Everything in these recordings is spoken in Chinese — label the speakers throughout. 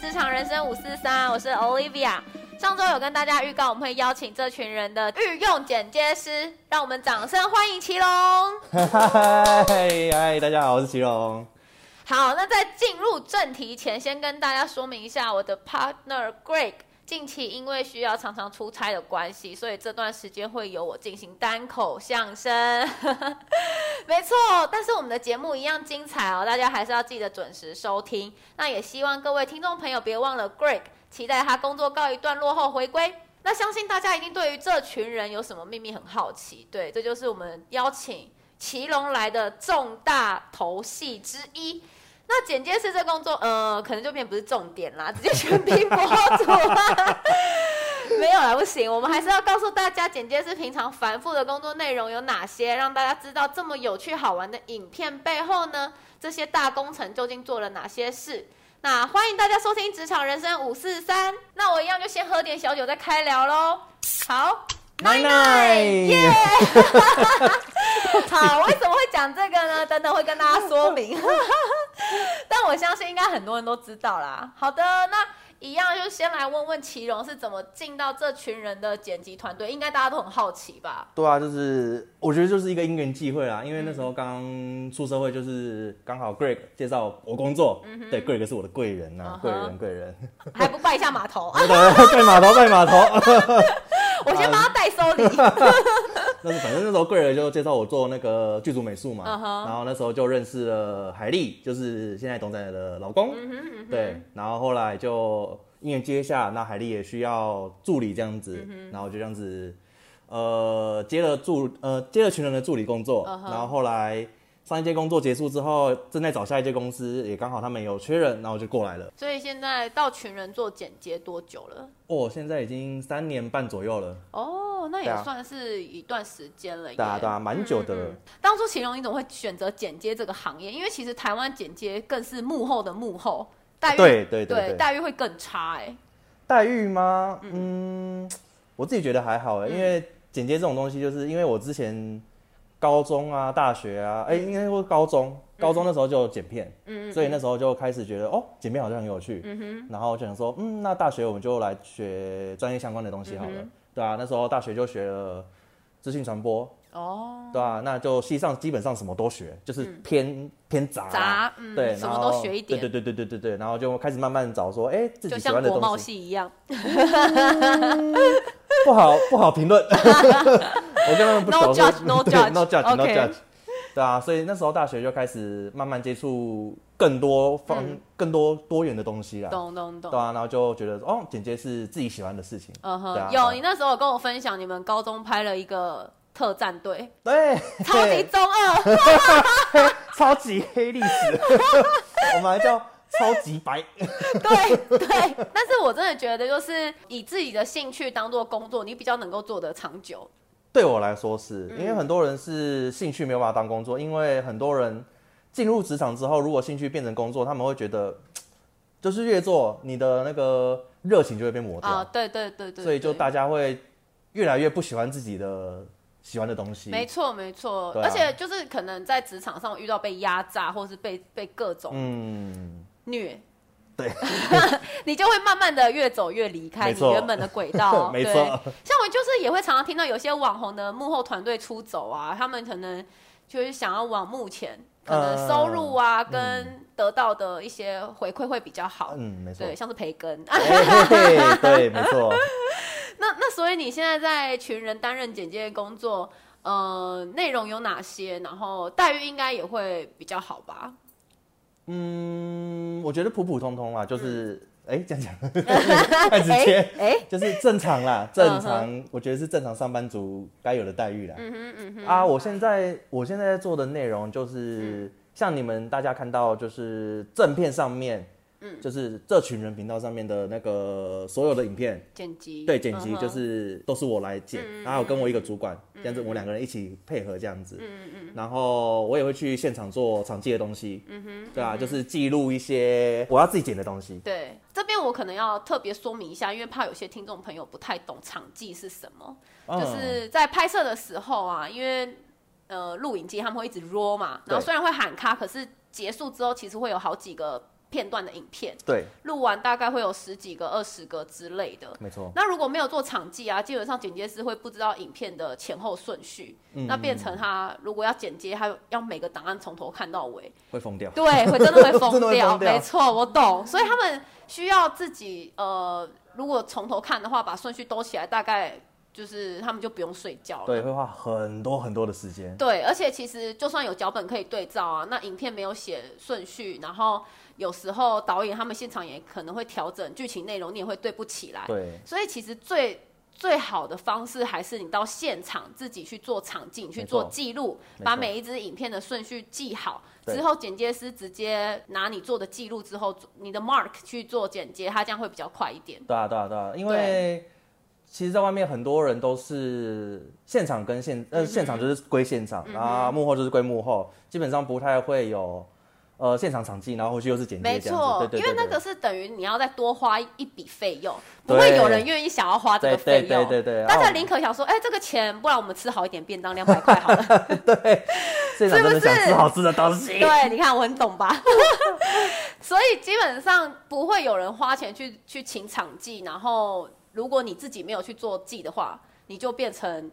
Speaker 1: 职场人生五四三，我是 Olivia。上周有跟大家预告，我们会邀请这群人的御用剪接师，让我们掌声欢迎祁隆。
Speaker 2: 嗨嗨，大家好，我是祁隆。
Speaker 1: 好，那在进入正题前，先跟大家说明一下，我的 partner Greg 近期因为需要常常出差的关系，所以这段时间会由我进行单口相声。 没错，但是我们的节目一样精彩哦，大家还是要记得准时收听。那也希望各位听众朋友别忘了 Greg，期待他工作告一段落后回归。那相信大家一定对于这群人有什么秘密很好奇，对，这就是我们邀请祁隆来的重大头戏之一。那剪接师这工作，呃，可能就变不是重点啦，直接全拼博主啦。 没有啦，不行，我们还是要告诉大家，剪接师平常繁复的工作内容有哪些，让大家知道这么有趣好玩的影片背后呢，这些大工程究竟做了哪些事。那欢迎大家收听《职场人生五四三》，那我一样就先喝点小酒再开聊喽。好，
Speaker 2: 奶奶
Speaker 1: 耶！好，为什么会讲这个呢？等等会跟大家说明。 但我相信应该很多人都知道啦。好的，那一样就先来问问祁荣是怎么进到这群人的剪辑团队，应该大家都很好奇吧？
Speaker 2: 对啊，就是我觉得就是一个因缘际会啦，因为那时候刚出社会，就是刚好 Greg 介绍我工作，对，Greg 是我的贵人呐、
Speaker 1: 嗯哼
Speaker 2: 贵人贵人，
Speaker 1: 还不拜一下码头 啊？
Speaker 2: 拜码头拜码头。
Speaker 1: 我先帮他代收礼。
Speaker 2: 那是反正那时候贵人就介绍我做那个剧组美术嘛
Speaker 1: 嗯哼
Speaker 2: 然后那时候就认识了海丽，就是现在董仔的老公，
Speaker 1: 嗯哼嗯哼
Speaker 2: 对，然后后来就因为接下，那海丽也需要助理这样
Speaker 1: 嗯
Speaker 2: 子，然后就这样子，呃，接了助呃接了群人的助理工作
Speaker 1: 嗯哼
Speaker 2: 然后后来上一届工作结束之后，正在找下一届公司，也刚好他们有缺人，然后我就过来了。
Speaker 1: 所以现在到群人做剪接多久了？
Speaker 2: 哦，现在已经三年半左右了，
Speaker 1: 哦，那
Speaker 2: 对
Speaker 1: 也
Speaker 2: 啊
Speaker 1: 算是一段时间了耶。嗯
Speaker 2: 对啊对啊，蛮久的了。
Speaker 1: 当初祁隆你怎么会选择剪接这个行业？因为其实台湾剪接更是幕后的幕后，待遇
Speaker 2: 啊对对对对
Speaker 1: 待遇会更差哎、
Speaker 2: 待遇吗？嗯，我自己觉得还好、欸，
Speaker 1: 嗯
Speaker 2: 因为剪接这种东西，就是因为我之前高中啊、大学
Speaker 1: 嗯
Speaker 2: 啊，哎、应该说高中，高中那时候就有剪片，嗯，所以那时候就开始觉得哦，剪片好像很有趣，嗯哼，然后就想说，嗯，那大学我们就来学专业相关的东西
Speaker 1: 嗯
Speaker 2: 好了，对啊，那时候大学就学了资讯传播，
Speaker 1: 哦，嗯
Speaker 2: 对啊，那就系上基本上什么都学，就是偏、偏杂啦，啊
Speaker 1: 杂嗯
Speaker 2: 对，
Speaker 1: 什么
Speaker 2: 然后
Speaker 1: 都学一点
Speaker 2: 对对对对对对对，然后就开始慢慢找说，哎、自
Speaker 1: 就
Speaker 2: 己喜
Speaker 1: 像
Speaker 2: 欢的
Speaker 1: 国
Speaker 2: 东
Speaker 1: 贸
Speaker 2: 西。
Speaker 1: 系一样，
Speaker 2: 不好不好 评论，我跟他们不
Speaker 1: No
Speaker 2: 熟所以
Speaker 1: judge, no
Speaker 2: 对
Speaker 1: judge.
Speaker 2: no judge no
Speaker 1: OK
Speaker 2: judge，对啊，所以那时候大学就开始慢慢接触更多方、更多多元的东西啦，
Speaker 1: 嗯懂懂懂
Speaker 2: 对。啊，然后就觉得哦，剪接是自己喜欢的事情，
Speaker 1: 嗯
Speaker 2: 对啊
Speaker 1: 哼，
Speaker 2: 对啊
Speaker 1: 有你那时候有跟我分享，你们高中拍了一个特战队，
Speaker 2: 对，
Speaker 1: 超级中二，
Speaker 2: 超级黑历史，我们还叫超级白，
Speaker 1: 对对。但是我真的觉得，就是以自己的兴趣当做工作，你比较能够做得长久。
Speaker 2: 对我来说是，因
Speaker 1: 嗯
Speaker 2: 为很多人是兴趣没有办法当工作，因为很多人进入职场之后，如果兴趣变成工作，他们会觉得，嘖嗯就是越做你的那个热情就会被磨掉，
Speaker 1: 啊，对对对对
Speaker 2: 所以就
Speaker 1: 对
Speaker 2: 大家会越来越不喜欢自己的喜欢的东西。
Speaker 1: 没错，没错，
Speaker 2: 嗯对啊
Speaker 1: 而且就是可能在职场上遇到被压榨，或是被被各种
Speaker 2: 嗯，
Speaker 1: 虐，
Speaker 2: 对，
Speaker 1: 你就会慢慢的越走越离开
Speaker 2: 没
Speaker 1: 你
Speaker 2: 错
Speaker 1: 原本的轨道。
Speaker 2: 没
Speaker 1: 对
Speaker 2: 错
Speaker 1: 像我就是也会常常听到有些网红的幕后团队出走啊，他们可能就是想要往目前可
Speaker 2: 嗯
Speaker 1: 能收入啊、跟得到的一些回馈会比较好。
Speaker 2: 嗯，没错
Speaker 1: 对，，像是培根。
Speaker 2: 嘿嘿嘿对，没错。
Speaker 1: 那那所以你现在在群人担任简介工作，呃，内容有哪些？然后待遇应该也会比较好 吧？
Speaker 2: 嗯，我觉得普普通通啦，就是哎、这样讲
Speaker 1: 太
Speaker 2: 直接
Speaker 1: 哎、哎
Speaker 2: 就是正常 啦，正常，我觉得是正常上班族该有的待遇啦。
Speaker 1: 嗯哼嗯哼，
Speaker 2: 啊，我现在我现在在做的内容就是、像你们大家看到，就是正片上面，嗯，就是这群人频道上面的那个所有的影片，
Speaker 1: 剪辑
Speaker 2: 对剪辑
Speaker 1: 嗯哼
Speaker 2: 就是都是我来剪，然后跟我一个主管、这样子，我们两个人一起配合这样子，嗯嗯然后我也会去现场做场记的东西，嗯哼，对啊，就是记录一些我要自己剪的东西。
Speaker 1: 对，这边我可能要特别说明一下，因为怕有些听众朋友不太懂场记是什么。就
Speaker 2: 嗯
Speaker 1: 是在拍摄的时候啊，因为呃录影机他们会一直 roll 嘛，然后
Speaker 2: 对
Speaker 1: 虽然会喊卡，可是结束之后其实会有好几个片段的影片，
Speaker 2: 对，
Speaker 1: 录完大概会有十几个、二十个之类的。
Speaker 2: 没错，
Speaker 1: 那如果没有做场记啊，基本上剪接师会不知道影片的前后顺序，
Speaker 2: 嗯
Speaker 1: 那变成他如果要剪接，他要每个档案从头看到 尾，
Speaker 2: 会疯掉。
Speaker 1: 对，会真的会疯
Speaker 2: 真的会
Speaker 1: 掉，
Speaker 2: 疯掉
Speaker 1: 没错，我懂。所以他们需要自己呃，如果从头看的话，把顺序兜起来，大概就是他们就不用睡觉了。
Speaker 2: 对，会花很多很多的时间。
Speaker 1: 对，而且其实就算有脚本可以对照啊，那影片没有写顺序，然后有时候导演他们现场也可能会调整剧情内容，你也会对不起来。
Speaker 2: 对，
Speaker 1: 所以其实最最好的方式还是你到现场自己去做场景，去做记录，
Speaker 2: 没错
Speaker 1: 把每一支影片的顺序记好。
Speaker 2: 对
Speaker 1: 之后剪接师直接拿你做的记录之后，你的 mark 去做剪接，它这样会比较快一点。
Speaker 2: 对啊，对啊，对啊，因为其实，在外面很多人都是现场跟现
Speaker 1: 嗯
Speaker 2: 呃现场就是归现场，然后幕后就是归幕后，基本上不太会有呃现场场记，然后回去又是剪
Speaker 1: 没
Speaker 2: 接这样子。
Speaker 1: 错
Speaker 2: 对，对
Speaker 1: 因为
Speaker 2: 对
Speaker 1: 那
Speaker 2: 对
Speaker 1: 个是等于你要再多花一笔费用，不
Speaker 2: 对
Speaker 1: 会有人愿意想要花这个费用。
Speaker 2: 对对对对对
Speaker 1: 大
Speaker 2: 啊
Speaker 1: 家
Speaker 2: 我
Speaker 1: 宁可想说，哎、这个钱，不然我们吃好一点便当，两百块好了。
Speaker 2: 现场真的
Speaker 1: 是
Speaker 2: 想
Speaker 1: 不是
Speaker 2: 吃好吃的东西。
Speaker 1: 对，你看我很懂吧？所以基本上不会有人花钱去去请场记，然后如果你自己没有去做记的话，你就变成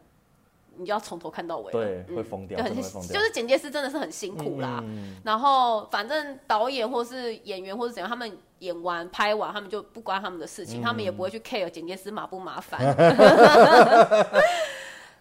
Speaker 1: 你就要从头看到尾了，
Speaker 2: 对会疯掉
Speaker 1: 就
Speaker 2: 真
Speaker 1: 很
Speaker 2: 的 会疯掉
Speaker 1: 就是剪接师真的是很辛苦啦。
Speaker 2: 嗯
Speaker 1: 然后反正导演或是演员或是怎样，他们演完拍完，他们就不关他们的事
Speaker 2: 嗯
Speaker 1: 情，他们也不会去 care 剪接师麻不麻 烦。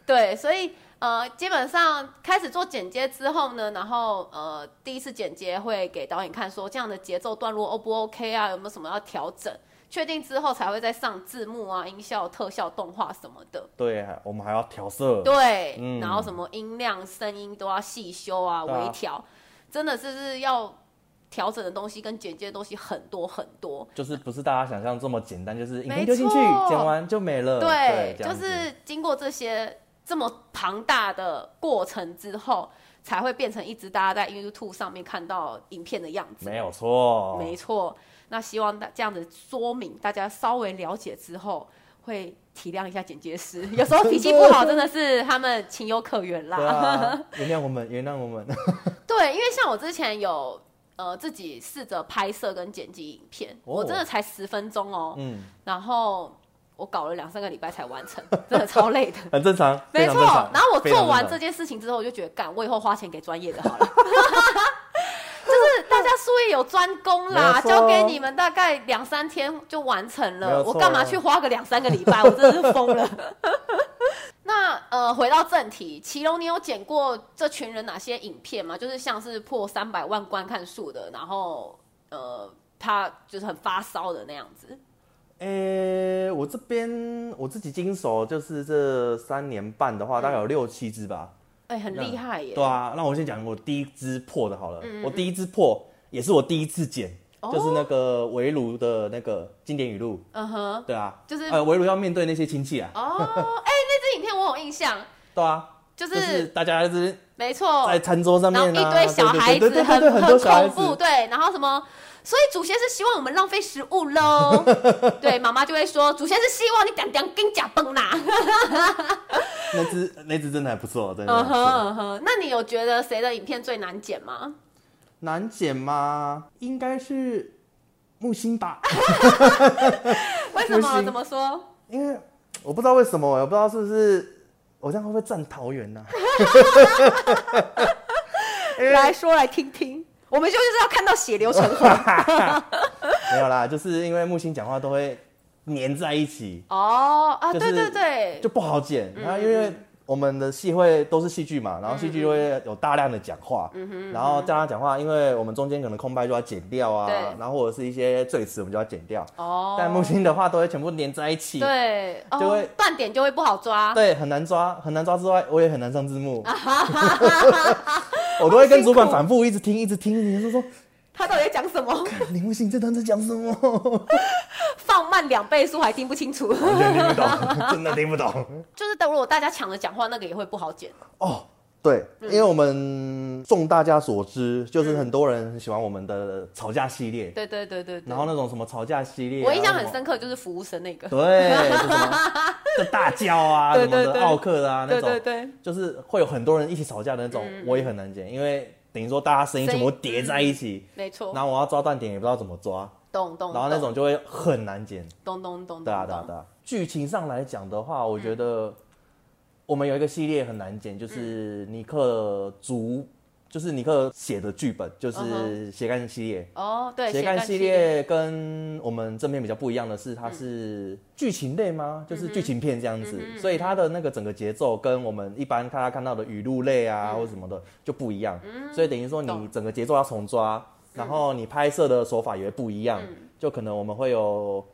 Speaker 1: 对，所以呃，基本上开始做剪接之后呢，然后呃，第一次剪接会给导演看说这样的节奏段落 O 不 OK 啊，有没有什么要调整？确定之后才会再上字幕啊、音效、特效、动画什么的。
Speaker 2: 对，还我们还要调色。
Speaker 1: 对，
Speaker 2: 嗯
Speaker 1: 然后什么音量、声音都要细修啊、
Speaker 2: 对啊
Speaker 1: 微调，真的就是要调整的东西跟剪接的东西很多很多。
Speaker 2: 就是不是大家想象这么简单，就是影
Speaker 1: 没
Speaker 2: 片丢进去
Speaker 1: 错，
Speaker 2: 剪完就没了。
Speaker 1: 对，
Speaker 2: 嗯这
Speaker 1: 就
Speaker 2: 样子
Speaker 1: 是经过这些这么庞大的过程之后，才会变成一直大家在 YouTube 上面看到影片的样子。
Speaker 2: 没有错，
Speaker 1: 没错，那希望大这样子说明大家稍微了解之后。会体谅一下剪接师，有时候脾气不好，真的是他们情有可原啦。
Speaker 2: 对啊，原谅我们，原谅我们。
Speaker 1: 对，因为像我之前有呃自己试着拍摄跟剪辑影片，
Speaker 2: 哦
Speaker 1: 我真的才十分钟哦，
Speaker 2: 嗯，
Speaker 1: 然后我搞了两三个礼拜才完成，真的超累的。
Speaker 2: 很正常，
Speaker 1: 没
Speaker 2: 非
Speaker 1: 错
Speaker 2: 常正常，
Speaker 1: 然后我
Speaker 2: 非常
Speaker 1: 做完
Speaker 2: 正
Speaker 1: 这
Speaker 2: 常
Speaker 1: 件事情之后，我就觉得，干，我以后花钱给专业的好了。 就是大家术业有专攻啦，
Speaker 2: 没错
Speaker 1: 交给你们大概两三天就完成
Speaker 2: 没
Speaker 1: 了，
Speaker 2: 有错
Speaker 1: 我干嘛去花个两三个礼拜？我真的是疯了。 那呃，回到正题，祁隆，你有剪过这群人哪些影片吗？就是像是破三百万观看数的，然后呃，他就是很发烧的那样子。
Speaker 2: 诶、我这边我自己经手就是这三年半的
Speaker 1: 嗯
Speaker 2: 话，大概有六七支吧。
Speaker 1: 哎、很厉害耶！
Speaker 2: 对啊，那我先讲我第一支破的好了。我第一支破也是我第一次剪，
Speaker 1: 嗯哦
Speaker 2: 就是那个围炉的那个经典语录。
Speaker 1: 嗯哼，
Speaker 2: 对啊，
Speaker 1: 就是
Speaker 2: 呃围炉要面对那些亲戚啊。
Speaker 1: 哦，哎、那支影片我有印象，
Speaker 2: 对啊，
Speaker 1: 就、
Speaker 2: 就是是大家就是
Speaker 1: 没错，
Speaker 2: 在餐桌上
Speaker 1: 然
Speaker 2: 面、
Speaker 1: 后
Speaker 2: 啊，
Speaker 1: 一堆小孩
Speaker 2: 对
Speaker 1: 子
Speaker 2: 对对对对
Speaker 1: 很
Speaker 2: 很多小孩
Speaker 1: 恐
Speaker 2: 子，
Speaker 1: 怖，对，然后什么，所以祖先是希望我们浪费食物 喽，对，妈妈就会说祖先是希望你讲讲跟假崩啦，
Speaker 2: 那只那只真的还不错，真的还
Speaker 1: 嗯
Speaker 2: 不
Speaker 1: 哼
Speaker 2: 错。
Speaker 1: 嗯哼，那你有觉得谁的影片最难剪吗？
Speaker 2: 难剪吗？应该是木星吧。
Speaker 1: 为什
Speaker 2: 不
Speaker 1: 么？
Speaker 2: 行
Speaker 1: 怎么说？
Speaker 2: 因为我不知道为什么，我不知道是不是我这样会不会占桃 园呢、
Speaker 1: 来说来听听，我们就是要看到血流成河
Speaker 2: 没有啦，就是因为木星讲话都会粘在一起，
Speaker 1: 哦啊，
Speaker 2: 就
Speaker 1: 对
Speaker 2: 是
Speaker 1: 对对，
Speaker 2: 就不好剪。
Speaker 1: 嗯
Speaker 2: 然后因为我们的戏会都是戏剧嘛，然后戏剧就会有大量的讲话，
Speaker 1: 嗯
Speaker 2: 然后大家讲话，因为我们中间可能空白就要剪掉啊
Speaker 1: 对，
Speaker 2: 然后或者是一些赘词我们就要剪掉。
Speaker 1: 哦，
Speaker 2: 但木星的话都会全部粘在一起，
Speaker 1: 对，哦
Speaker 2: 就会
Speaker 1: 断点就会不好抓，
Speaker 2: 对，很难抓，很难抓之外，我也很难上字
Speaker 1: 啊
Speaker 2: 幕。 我都会跟主管反复一直听，一直听，你就说哦
Speaker 1: 他到底在讲什 么？
Speaker 2: 林木星这段在讲什么，
Speaker 1: 放慢两倍速还听不清楚，
Speaker 2: 完全听不 懂，真的听不懂。
Speaker 1: 就是如果大家抢着讲话，那个也会不好剪。
Speaker 2: 哦，对，因为我们众大家所知，就是很多人很喜欢我们的吵架系列，
Speaker 1: 对对对对对。
Speaker 2: 然后那种什么吵架系列啊，
Speaker 1: 我印象很
Speaker 2: 什么
Speaker 1: 深刻就是服务生那个，
Speaker 2: 对，就什么就大叫 啊，
Speaker 1: 对
Speaker 2: 什么
Speaker 1: 对
Speaker 2: 的
Speaker 1: 对
Speaker 2: 奥克啊那
Speaker 1: 对
Speaker 2: 种
Speaker 1: 对，对，
Speaker 2: 就是会有很多人一起吵架的那种，我也很难剪，因为等于说大家声音
Speaker 1: 声
Speaker 2: 全
Speaker 1: 音
Speaker 2: 部叠在一起，
Speaker 1: 没错，
Speaker 2: 然后我要抓断点也不知道怎么抓，
Speaker 1: 咚咚，
Speaker 2: 然后那种就会很难剪。
Speaker 1: 咚咚咚，
Speaker 2: 对啊，对啊，对啊。剧情上来讲的话，我觉得我们有一个系列很难剪，就是尼克族，就是尼克写的剧本，就
Speaker 1: 嗯
Speaker 2: 是斜杠系列。
Speaker 1: 哦，对，
Speaker 2: 斜
Speaker 1: 斜
Speaker 2: 杠
Speaker 1: 杠
Speaker 2: 系列嗯跟我们正片比较不一样的是，它是剧情类吗？就是剧情片这样子，所以它的那个整个节奏跟我们一般大家看到的语录类啊、或什么的就不一样，所以等于说你
Speaker 1: 懂
Speaker 2: 整个节奏要重抓，然后你拍摄的手法也会不一样，就可能我们会有。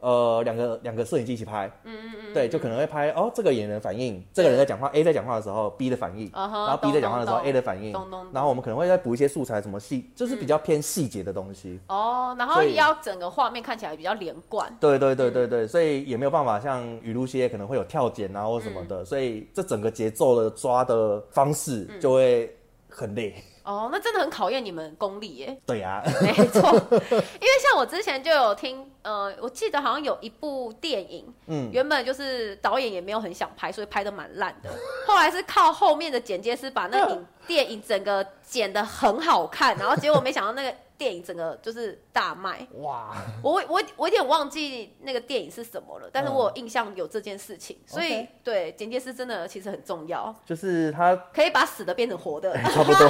Speaker 2: 呃，两个两个摄影机一起拍，嗯嗯嗯，对，就可能会拍哦，这个演员反应，这个人在讲话，A 在讲话的时候，B 的反应，
Speaker 1: 嗯哼
Speaker 2: 然后 B 在讲话的时候
Speaker 1: 懂懂
Speaker 2: ，A 的反应
Speaker 1: 懂懂，
Speaker 2: 然后我们可能会再补一些素材，什么
Speaker 1: 嗯
Speaker 2: 细，就是比较偏细节的东西，
Speaker 1: 哦，然后
Speaker 2: 所以
Speaker 1: 要整个画面看起来比较连贯，
Speaker 2: 对对对对对，
Speaker 1: 嗯
Speaker 2: 所以也没有办法像语录系列可能会有跳剪啊或什么
Speaker 1: 嗯
Speaker 2: 的，所以这整个节奏的抓的方式就会很累。
Speaker 1: 哦，那真的很考验你们功力耶。
Speaker 2: 对 啊呀、
Speaker 1: 没错，因为像我之前就有听，呃，我记得好像有一部电影，
Speaker 2: 嗯，
Speaker 1: 原本就是导演也没有很想拍，所以拍的蛮烂的。后来是靠后面的剪接师把
Speaker 2: 嗯
Speaker 1: 那影电影整个剪得很好看，然后结果没想到那个电影整个就是大卖。
Speaker 2: 哇，
Speaker 1: 我我我有点忘记那个电影是什么了，但是
Speaker 2: 嗯
Speaker 1: 我有印象有这件事情，所以
Speaker 2: OK
Speaker 1: 对剪接师真的其实很重要，
Speaker 2: 就是他
Speaker 1: 可以把死的变成活的。
Speaker 2: 差不多。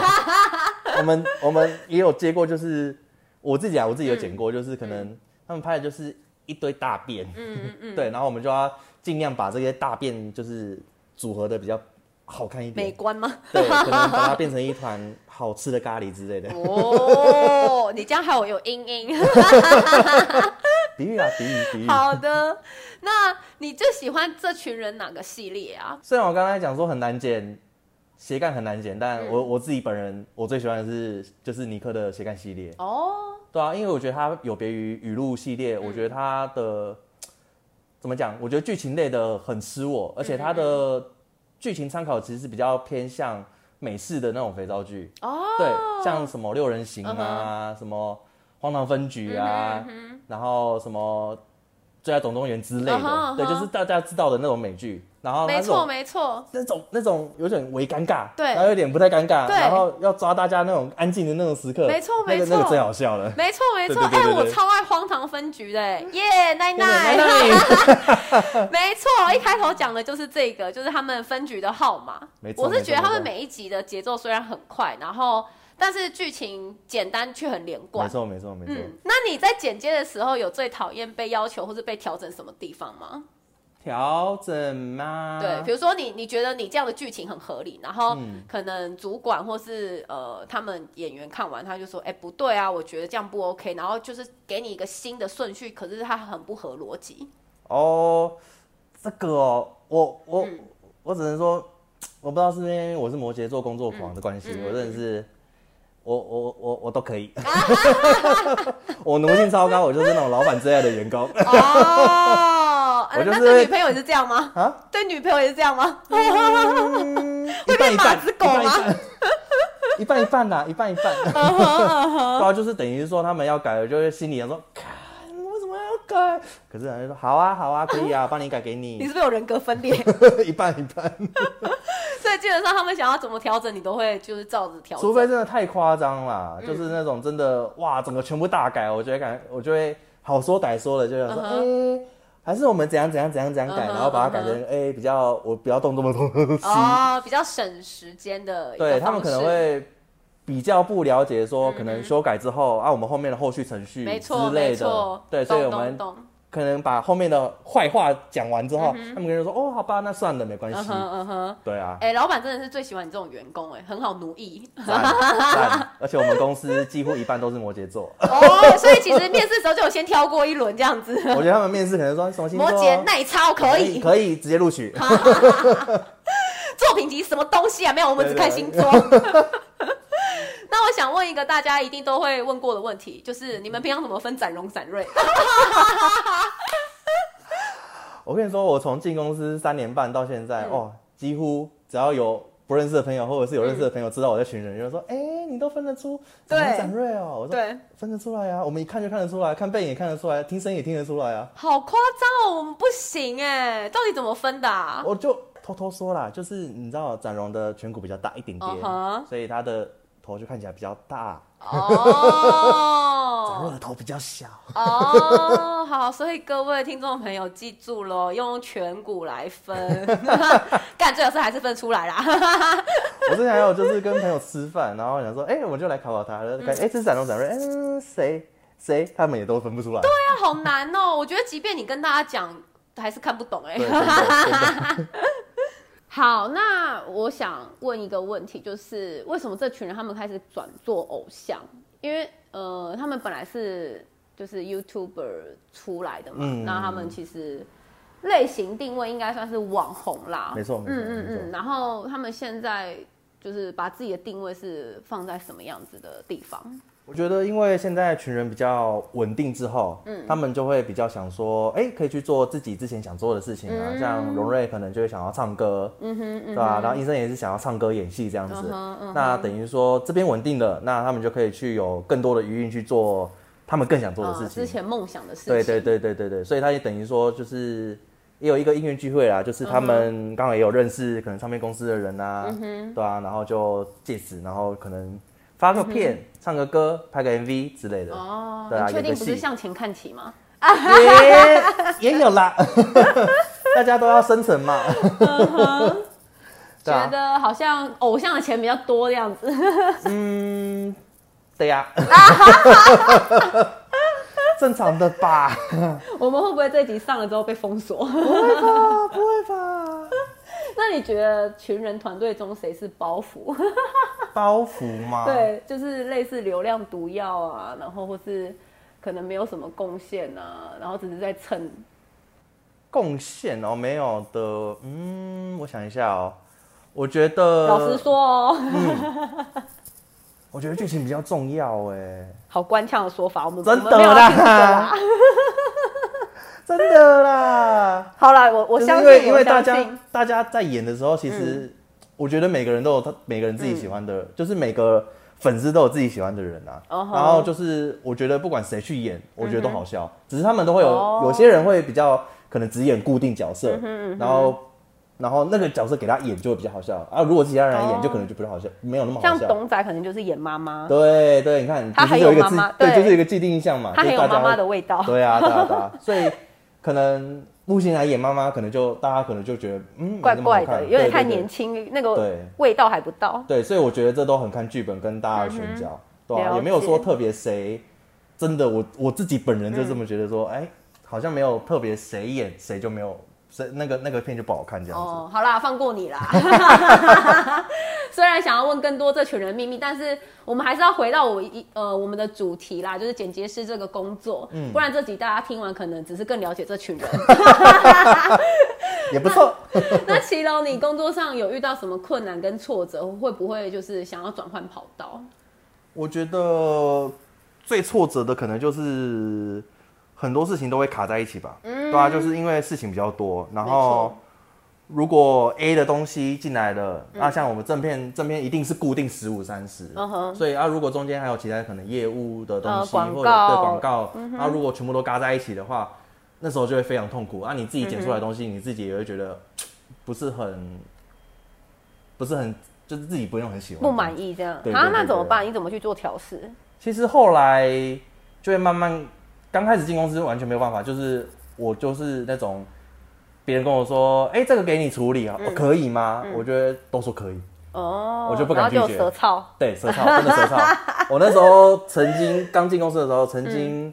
Speaker 2: 我们我们也有接过，就是我自己啊，我自己有剪过，就是可能他们拍的就是一堆大便，
Speaker 1: 嗯嗯嗯，
Speaker 2: 对，然后我们就要尽量把这些大便就是组合的比较好看一
Speaker 1: 美
Speaker 2: 点，
Speaker 1: 观吗？
Speaker 2: 对，可能把它变成一团好吃的咖喱之类的，
Speaker 1: 哦，你这样害我有阴影。
Speaker 2: 比喻啊，比喻，比 喻。
Speaker 1: 好的，那你最喜欢这群人哪个系列啊？
Speaker 2: 虽然我刚才讲说很难剪，斜杠很难剪，但我、我自己本人我最喜欢的是就是尼克的斜杠系列，
Speaker 1: 哦，
Speaker 2: 对啊，因为我觉得它有别于语录系
Speaker 1: 嗯
Speaker 2: 列，我觉得它的怎么讲？我觉得剧情类的很吃
Speaker 1: 嗯
Speaker 2: 我，而且它的剧情参考其实是比较偏向美式的那种肥皂剧
Speaker 1: 哦，嗯
Speaker 2: 对，像什么六人行啊，什么荒唐分局啊，然后什么最爱总动员之类的
Speaker 1: 嗯哼嗯
Speaker 2: 对，就
Speaker 1: 哼
Speaker 2: 是大家知道的那种美剧，然后它
Speaker 1: 没
Speaker 2: 哦这种
Speaker 1: 错没错，
Speaker 2: 那种那种有点微尴尬，
Speaker 1: 对
Speaker 2: 然后有点不太尴尬，
Speaker 1: 对
Speaker 2: 然后要抓大家那种安静的那种时刻，
Speaker 1: 没错
Speaker 2: 那个
Speaker 1: 没错
Speaker 2: 那个最好笑了。
Speaker 1: 没错没错，
Speaker 2: 对对
Speaker 1: 哎、
Speaker 2: 对对
Speaker 1: 我
Speaker 2: 对
Speaker 1: 超爱荒唐分局的、欸，耶奶奶，
Speaker 2: 真的
Speaker 1: 没错，一开头讲的就是这个，就是他们分局的号码
Speaker 2: 没。错
Speaker 1: 我是觉得他们
Speaker 2: 没错
Speaker 1: 每一集的节奏虽然很快，然后但是剧情简单却很连
Speaker 2: 没
Speaker 1: 贯。
Speaker 2: 错没错没错。
Speaker 1: 嗯，那你在剪接的时候有最讨厌被要求或是被调整什么地方吗？
Speaker 2: 调整吗？
Speaker 1: 对，比如说你你觉得你这样的剧情很合理，然后
Speaker 2: 嗯
Speaker 1: 可能主管或是呃他们演员看完他就说，哎、不对啊，我觉得这样不 OK，然后就是给你一个新的顺序，可是它很不合逻 辑。
Speaker 2: 哦，这个哦，我我、
Speaker 1: 嗯
Speaker 2: 我只能说，我不知道是不是因为我是摩羯座工作
Speaker 1: 嗯
Speaker 2: 狂的关系，我真的是，我我我我都 可以，我奴性超高，我就是那种老板最爱的员工
Speaker 1: 哦，啊
Speaker 2: 我就
Speaker 1: 那
Speaker 2: 是嗯
Speaker 1: 对女朋友也是这样吗？
Speaker 2: 啊。
Speaker 1: 对女朋友也是这样吗？
Speaker 2: 会
Speaker 1: 变马子狗吗？啊
Speaker 2: 一半一半啦，一半一 半。 然后就是等于说他们要改，我就会心里想说，看为什么要改？可是人家说好啊好啊，可以啊，帮你改给
Speaker 1: 你
Speaker 2: 你
Speaker 1: 是，不是有人格分裂？
Speaker 2: 一半一半。
Speaker 1: 所以基本上他们想要怎么调整，你都会就是照着调整。
Speaker 2: 除非真的太夸张啦，
Speaker 1: 嗯
Speaker 2: 就是那种真的哇，整个全部大改，我就会感，我就会好说歹说的，就想说，
Speaker 1: 嗯
Speaker 2: 哎、
Speaker 1: 哼
Speaker 2: 还是我们怎样怎样怎样怎样改，
Speaker 1: 嗯哼
Speaker 2: 然后把它改成
Speaker 1: 嗯
Speaker 2: 哎、比较我不要动这么多东西。
Speaker 1: 哦，比较省时间的一个
Speaker 2: 对他们
Speaker 1: 方
Speaker 2: 可能
Speaker 1: 式嗯
Speaker 2: 会比较不了解，说可能修改之后、啊，我们后面的后续程序
Speaker 1: 没
Speaker 2: 之
Speaker 1: 错没
Speaker 2: 类的
Speaker 1: 错，，
Speaker 2: 对，所以
Speaker 1: 懂
Speaker 2: 我
Speaker 1: 懂
Speaker 2: 们
Speaker 1: 懂
Speaker 2: 可能把后面的坏话讲完之后，他们可能说哦，好吧，那算了，没关
Speaker 1: 嗯
Speaker 2: 系，
Speaker 1: 哼嗯哼。
Speaker 2: 对啊，
Speaker 1: 哎、老板真的是最喜欢你这种员工、哎，很好奴役
Speaker 2: 赞赞，而且我们公司几乎一半都是摩 羯座，
Speaker 1: 哦。所以其实面试的时候就有先挑过一轮这样子。
Speaker 2: 我觉得他们面试可能说什么星座
Speaker 1: 摩
Speaker 2: 啊，
Speaker 1: 羯耐操可以，
Speaker 2: 可以直接录取，
Speaker 1: 作品集什么东西啊？没有，我们只看星座。 那我想问一个大家一定都会问过的问题，就是你们平常怎么分展荣展锐？
Speaker 2: 我跟你说，我从进公司三年半到现在，
Speaker 1: 嗯
Speaker 2: 哦，几乎只要有不认识的朋友，或者是有认识的朋友知道我在寻人，就说：“哎、你都分得出
Speaker 1: 对
Speaker 2: 展荣展瑞哦。”我说：“
Speaker 1: 对，
Speaker 2: 分得出来啊，我们一看就看得出来，看背影也看得出来，听声也听得出来啊。
Speaker 1: 好夸张哦，我们不行哎、到底怎么分的啊？
Speaker 2: 我就偷偷说啦，就是你知道展荣的颧骨比较大一点点
Speaker 1: 嗯哼
Speaker 2: 所以他的头就看起来比较大，
Speaker 1: 哦
Speaker 2: 长肉的头比较小。
Speaker 1: 哦，好，所以各位听众朋友记住喽，用颧骨来分， 干最好是还是分出来啦。
Speaker 2: 我之前还有就是跟朋友吃饭，然后想说，哎、我就来考考他，看，哎、这是展龙展瑞，嗯，谁谁，他们也都分不出来。
Speaker 1: 那好难哦，我觉得即便你跟大家讲，还是看不懂哎、
Speaker 2: 对，真的真的
Speaker 1: 好，那我想问一个问题，就是为什么这群人他们开始转做偶像？因为呃，他们本来是就是 YouTuber 出来的嘛，
Speaker 2: 嗯
Speaker 1: 那他们其实类型定位应该算是网红啦，
Speaker 2: 没错没
Speaker 1: 嗯
Speaker 2: 错
Speaker 1: 嗯
Speaker 2: 没
Speaker 1: 嗯。
Speaker 2: 错
Speaker 1: 然后他们现在就是把自己的定位是放在什么样子的地方？
Speaker 2: 我觉得，因为现在群人比较稳定之后，嗯，他们就会比较想说，哎、可以去做自己之前想做的事情啊。像荣瑞可能就会想要唱歌，嗯哼，嗯对吧、然后医生也是想要唱歌、演戏这样子。那等于说这边稳定了，那他们就可以去有更多的余韵去做他们更想做的事
Speaker 1: 呃
Speaker 2: 情。
Speaker 1: 之前梦想的事情，
Speaker 2: 对对对对对对，所以他也等于说就是也有一个音乐聚会啦，就是他们刚好也有认识可能唱片公司的人啊，
Speaker 1: 嗯
Speaker 2: 对啊，然后就借此然后可能发个片、唱个歌、拍个 MV 之类的，
Speaker 1: 嗯哦，
Speaker 2: 对啊
Speaker 1: 你确
Speaker 2: 有个
Speaker 1: 定不是
Speaker 2: 戏
Speaker 1: 向前看齐吗？
Speaker 2: 也也有啦， 大家都要生存嘛，对
Speaker 1: 嗯觉
Speaker 2: 啊，
Speaker 1: 得好像偶像的钱比较多的样子。
Speaker 2: 嗯，对呀、正常的吧？
Speaker 1: 我们会不会这集上了之后被封锁？
Speaker 2: 啊，不会吧？
Speaker 1: 那你觉得群人团队中谁是包袱？
Speaker 2: 包袱吗？。
Speaker 1: 对，就是类似流量毒药啊，然后或是可能没有什么贡献啊，然后只是在蹭。
Speaker 2: 贡献哦，没有的，嗯，我想一下哦，我觉得，
Speaker 1: 老实，说哦，
Speaker 2: 我觉得剧情比较重要哎，
Speaker 1: 好官腔的说法，我们
Speaker 2: 真
Speaker 1: 我们
Speaker 2: 的啊
Speaker 1: 没有 要听这个
Speaker 2: 啦
Speaker 1: 啦。，
Speaker 2: 真的啦，
Speaker 1: 好了，我 我
Speaker 2: 就是
Speaker 1: 相
Speaker 2: 因
Speaker 1: 信，
Speaker 2: 为因为
Speaker 1: 我
Speaker 2: 大
Speaker 1: 相
Speaker 2: 家
Speaker 1: 信嗯
Speaker 2: 大家在演的时候，其实我觉得每个人都有他每个人自己喜欢的，就是每个粉丝都有自己喜欢的人啊，
Speaker 1: 哦吼嗯
Speaker 2: 然后就是我觉得不管谁去演，我觉得都好笑，只是他们都会有、
Speaker 1: 哦嗯
Speaker 2: 有些人会比较可能只演固定角色，然后。然后那个角色给他演就会比较好笑啊，如果其他人来演
Speaker 1: 哦
Speaker 2: 就可能就不是好笑，没有那么好
Speaker 1: 像
Speaker 2: 笑。
Speaker 1: 董仔可能就是演妈 妈，
Speaker 2: 对对，你看，
Speaker 1: 他
Speaker 2: 就是
Speaker 1: 很
Speaker 2: 有一
Speaker 1: 有
Speaker 2: 个
Speaker 1: 妈
Speaker 2: 既
Speaker 1: 妈
Speaker 2: 对，
Speaker 1: 对
Speaker 2: 就是有一个既定印象嘛，
Speaker 1: 她
Speaker 2: 啊就
Speaker 1: 很
Speaker 2: 是
Speaker 1: 有
Speaker 2: 大家
Speaker 1: 妈妈
Speaker 2: 会
Speaker 1: 的味道。
Speaker 2: 对啊，对啊，对啊，所以可能木星来演妈妈，可能就大家可能就觉得嗯，
Speaker 1: 怪怪的，有点太年
Speaker 2: 轻。
Speaker 1: 轻，那个
Speaker 2: 对
Speaker 1: 味道还不到。
Speaker 2: 对，所以我觉得这都很看剧本跟大家的选角，对
Speaker 1: 了
Speaker 2: 啊，
Speaker 1: 解
Speaker 2: 也没有说特别谁真的，我我自己本人就这么觉得说，
Speaker 1: 嗯
Speaker 2: 哎，好像没有特别谁演谁就没有谁那个那个片就不好看这样子。
Speaker 1: 哦，好啦，放过你 啦。虽然想要问更多这群人的秘密，但是我们还是要回到我一呃我们的主题啦，就是剪接师这个工作。
Speaker 2: 嗯
Speaker 1: 不然这集大家听完可能只是更了解这群 人。
Speaker 2: 也不错。
Speaker 1: 那祁隆，你工作上有遇到什么困难跟挫折，会不会就是想要转换跑道？
Speaker 2: 我觉得最挫折的可能就是很多事情都会卡在一起吧，对啊，就是因为事情比较多，然
Speaker 1: 嗯没
Speaker 2: 后
Speaker 1: 错
Speaker 2: 如果 A 的东西进来了，那、像我们正片正片一定是固定十五三十
Speaker 1: 嗯哼，
Speaker 2: 所以啊，如果中间还有其他可能业务的东
Speaker 1: 呃
Speaker 2: 西、
Speaker 1: 广
Speaker 2: 或者
Speaker 1: 告嗯
Speaker 2: 对广告，啊，如果全部都嘎在一起的话，那时候就会非常痛苦啊。你自己剪出来
Speaker 1: 嗯
Speaker 2: 的东西，你自己也会觉得不是很不是很就是自己不用很喜欢，
Speaker 1: 不满意这样
Speaker 2: 嗯对对
Speaker 1: 啊？
Speaker 2: 对
Speaker 1: 那怎么
Speaker 2: 对
Speaker 1: 办？你怎么去做调试？
Speaker 2: 其实后来就会慢慢，刚开始进公司完全没有办法，就是我就是那种别人跟我说，哎、这个给你处理啊，哦可以吗？我觉得都说可以，
Speaker 1: 哦，
Speaker 2: 我就不
Speaker 1: 然
Speaker 2: 敢
Speaker 1: 后就有
Speaker 2: 拒绝
Speaker 1: 舌操。
Speaker 2: 对，舌操真的舌操。我那时候曾经刚进公司的时候，曾经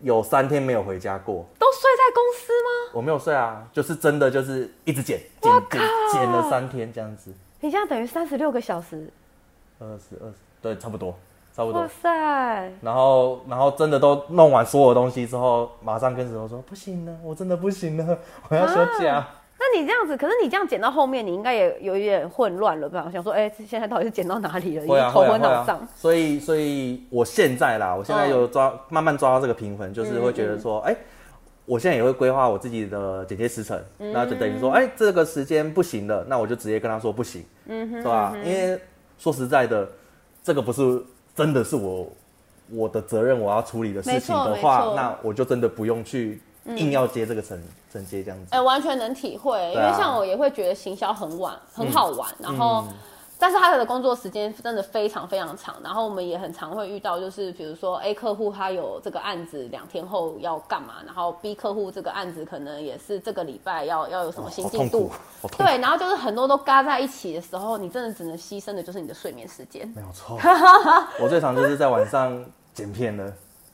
Speaker 2: 有三天没有回家过，
Speaker 1: 都睡在公司吗？
Speaker 2: 我没有睡啊，就是真的就是一直剪剪剪剪了三天这样子，
Speaker 1: 你这样等于三十六个小时，
Speaker 2: 二十二十，对，差不多差不多
Speaker 1: 哇。塞！
Speaker 2: 然后，然后真的都弄完所有东西之后，马上跟石头说不行了，我真的不行了，我要休假。
Speaker 1: 那你这样子，可是你这样剪到后面，你应该也有一点混乱了吧？想说，哎、现在到底是剪到哪里了？已
Speaker 2: 会啊
Speaker 1: 经头
Speaker 2: 会啊
Speaker 1: 昏
Speaker 2: 会
Speaker 1: 脑嗯胀。
Speaker 2: 啊！所以，所以我现在啦，我现在有抓、慢慢抓到这个平
Speaker 1: 嗯
Speaker 2: 衡，就是会觉得说，哎、我现在也会规划我自己的剪接时程，
Speaker 1: 嗯
Speaker 2: 那就等于说，哎、这个时间不行了，那我就直接跟他说不行，嗯哼，是吧？因为说实在的，这个不是真的是我我的责任，我要处理的事情的
Speaker 1: 没错没
Speaker 2: 话
Speaker 1: 错，嗯
Speaker 2: 那我就真的不用去硬要接这个承承接这样子。
Speaker 1: 哎、完全能体会，因
Speaker 2: 对啊嗯
Speaker 1: 为像我也会觉得行销很晚，很好玩，然后但是他的工作时间真的非常非常长，然后我们也很常会遇到，就是比如说 A 客户他有这个案子两天后要干嘛，然后 B 客户这个案子可能也是这个礼拜要要有什么新
Speaker 2: 好
Speaker 1: 进
Speaker 2: 哦痛
Speaker 1: 度
Speaker 2: 苦，，好痛苦，
Speaker 1: 对，然后就是很多都嘎在一起的时候，你真的只能牺牲的就是你的睡眠时间。
Speaker 2: 没有 错。我最常就是在晚上剪片了，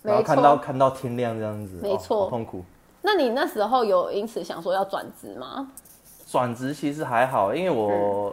Speaker 2: 然后
Speaker 1: 没错
Speaker 2: 看到看到天亮这样子，
Speaker 1: 没
Speaker 2: 哦
Speaker 1: 错嗯
Speaker 2: 好痛苦。
Speaker 1: 那你那时候有因此想说要转职吗？
Speaker 2: 转职其实还好，因为我、